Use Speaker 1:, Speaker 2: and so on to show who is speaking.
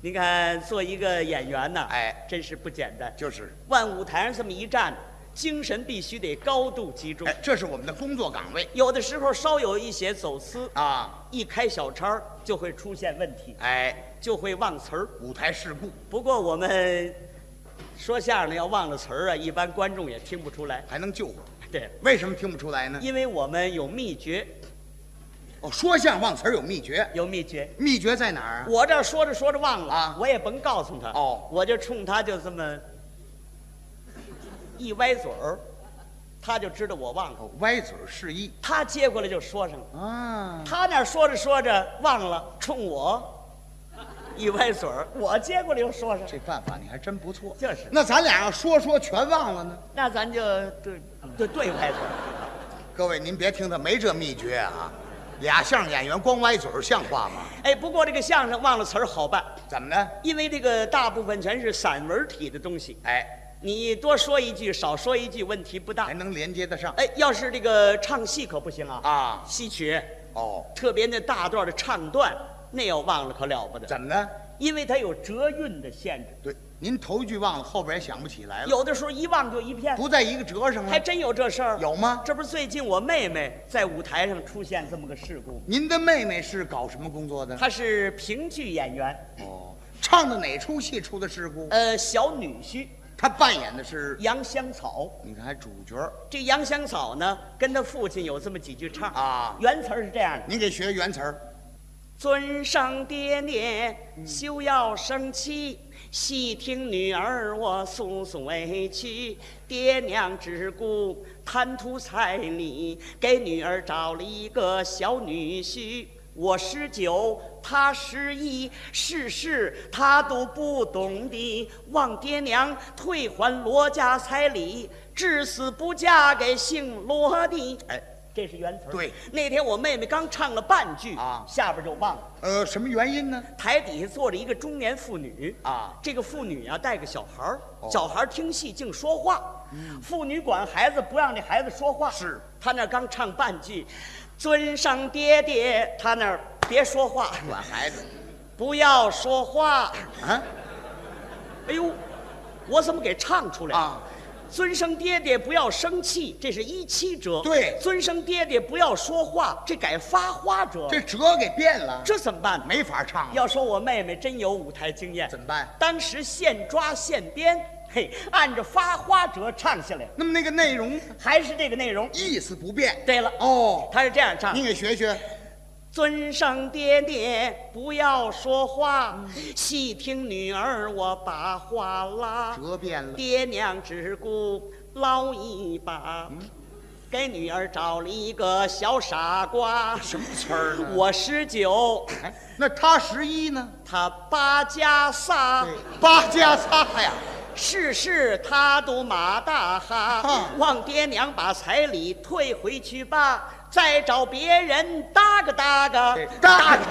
Speaker 1: 您看，做一个演员呐，
Speaker 2: 哎，
Speaker 1: 真是不简单。
Speaker 2: 就是，
Speaker 1: 往舞台上这么一站，精神必须得高度集中
Speaker 2: 哎。，这是我们的工作岗位
Speaker 1: 有的时候稍有一些走私，
Speaker 2: 啊，
Speaker 1: 一开小差儿就会出现问题，
Speaker 2: 哎，
Speaker 1: 就会忘词儿。
Speaker 2: 舞台事故
Speaker 1: 不过我们说相声的要忘了词儿啊，一般观众也听不出来。
Speaker 2: 还能救活，
Speaker 1: 对了，
Speaker 2: 为什么听不出来呢？
Speaker 1: 因为我们有秘诀，
Speaker 2: 哦，说相声忘词儿有秘诀，
Speaker 1: 有秘诀。
Speaker 2: 秘诀在哪儿啊？
Speaker 1: 我这说着说着忘了
Speaker 2: 啊
Speaker 1: 我也甭告诉他。
Speaker 2: 哦
Speaker 1: 我就冲他就这么一歪嘴儿，他就知道我忘了。
Speaker 2: 哦，歪嘴儿示意
Speaker 1: 他接过来就说上了，
Speaker 2: 啊，
Speaker 1: 他那儿说着说着忘了，冲我一歪嘴儿，我接过来又说上了。
Speaker 2: 这办法你还真不错。
Speaker 1: 就是
Speaker 2: 那咱俩要说说全忘了呢？
Speaker 1: 那咱就对对对歪嘴儿，
Speaker 2: 各位，您别听他没这秘诀啊，俩相声演员光歪嘴儿像话吗？
Speaker 1: 哎，不过这个相声忘了词儿好办，
Speaker 2: 怎么呢？
Speaker 1: 因为这个大部分全是散文体的东西，
Speaker 2: 哎，
Speaker 1: 你多说一句少说一句问题不
Speaker 2: 还
Speaker 1: 大。
Speaker 2: 能连接得上
Speaker 1: 哎，要是这个唱戏可不行啊，
Speaker 2: 啊？
Speaker 1: 戏曲
Speaker 2: 哦，
Speaker 1: 特别那大段的唱段，那要忘了可了不得，
Speaker 2: 怎么呢？
Speaker 1: 因为它有折韵的限制，
Speaker 2: 对，您头一句忘了，后边也想不起来了，
Speaker 1: 有的时候一忘就一片，
Speaker 2: 不在一个折上
Speaker 1: 还
Speaker 2: 了，
Speaker 1: 真有这事儿。
Speaker 2: 有吗？
Speaker 1: 这不是最近我妹妹在舞台上出现这么个事故，
Speaker 2: 您的妹妹是搞什么工作的？
Speaker 1: 她是评剧演员，
Speaker 2: 哦，唱的哪出戏出的事故？
Speaker 1: 呃，小女婿
Speaker 2: 她扮演的是，
Speaker 1: 杨香草。
Speaker 2: 你看还主角
Speaker 1: 这杨香草呢，跟她父亲有这么几句唱，
Speaker 2: 啊？
Speaker 1: 原词儿是这样的。
Speaker 2: 您给学原词儿，
Speaker 1: 尊上爹爹，休要生气，细听女儿我诉诉委屈。爹娘只顾贪图彩礼，给女儿找了一个小女婿。我十九，他十一，事事他都不懂的，望爹娘退还罗家彩礼，至死不嫁给姓罗的。
Speaker 2: 哎，
Speaker 1: 这是原词儿
Speaker 2: 对，
Speaker 1: 那天我妹妹刚唱了半句
Speaker 2: 啊
Speaker 1: 下边就忘了。
Speaker 2: 呃，什么原因呢？
Speaker 1: 台底下坐着一个中年妇女
Speaker 2: 啊，
Speaker 1: 这个妇女啊带个小孩儿，
Speaker 2: 哦嗯
Speaker 1: 小孩儿听戏净说话，妇女管孩子不让这孩子说话。
Speaker 2: 是，
Speaker 1: 她那儿刚唱半句，尊上爹爹，她那儿别说话，
Speaker 2: 管孩子
Speaker 1: 不要说话。
Speaker 2: 啊
Speaker 1: 哎呦，我怎么给唱出来了？
Speaker 2: 啊，
Speaker 1: 尊生爹爹不要生气，这是一七折。
Speaker 2: 对
Speaker 1: 尊生爹爹不要说话，这改发花折。
Speaker 2: 这折给变了，
Speaker 1: 这怎么办？
Speaker 2: 没法唱了，
Speaker 1: 要说我妹妹真有舞台经验
Speaker 2: 怎，么办？
Speaker 1: 当时现抓现编，嘿，按着发花折唱下来了，
Speaker 2: 那么那个内容
Speaker 1: 还是这个内容。
Speaker 2: 意思不变。
Speaker 1: 对了，
Speaker 2: 哦，
Speaker 1: 他是这样唱
Speaker 2: 您：给学学，
Speaker 1: 尊上爹爹，不要说话，细听女儿我把话拉。
Speaker 2: 折变了。
Speaker 1: 爹娘只顾捞一把，
Speaker 2: 嗯
Speaker 1: 给女儿找了一个小傻瓜。
Speaker 2: 什么词儿呢？
Speaker 1: 我十九，
Speaker 2: 哎，那他十一呢？
Speaker 1: 他八加仨，
Speaker 2: 八加仨呀，
Speaker 1: 事事他都马大哈
Speaker 2: 哈。
Speaker 1: 望爹娘把彩礼退回去吧，再找别人搭个搭个
Speaker 2: 对，搭嘎。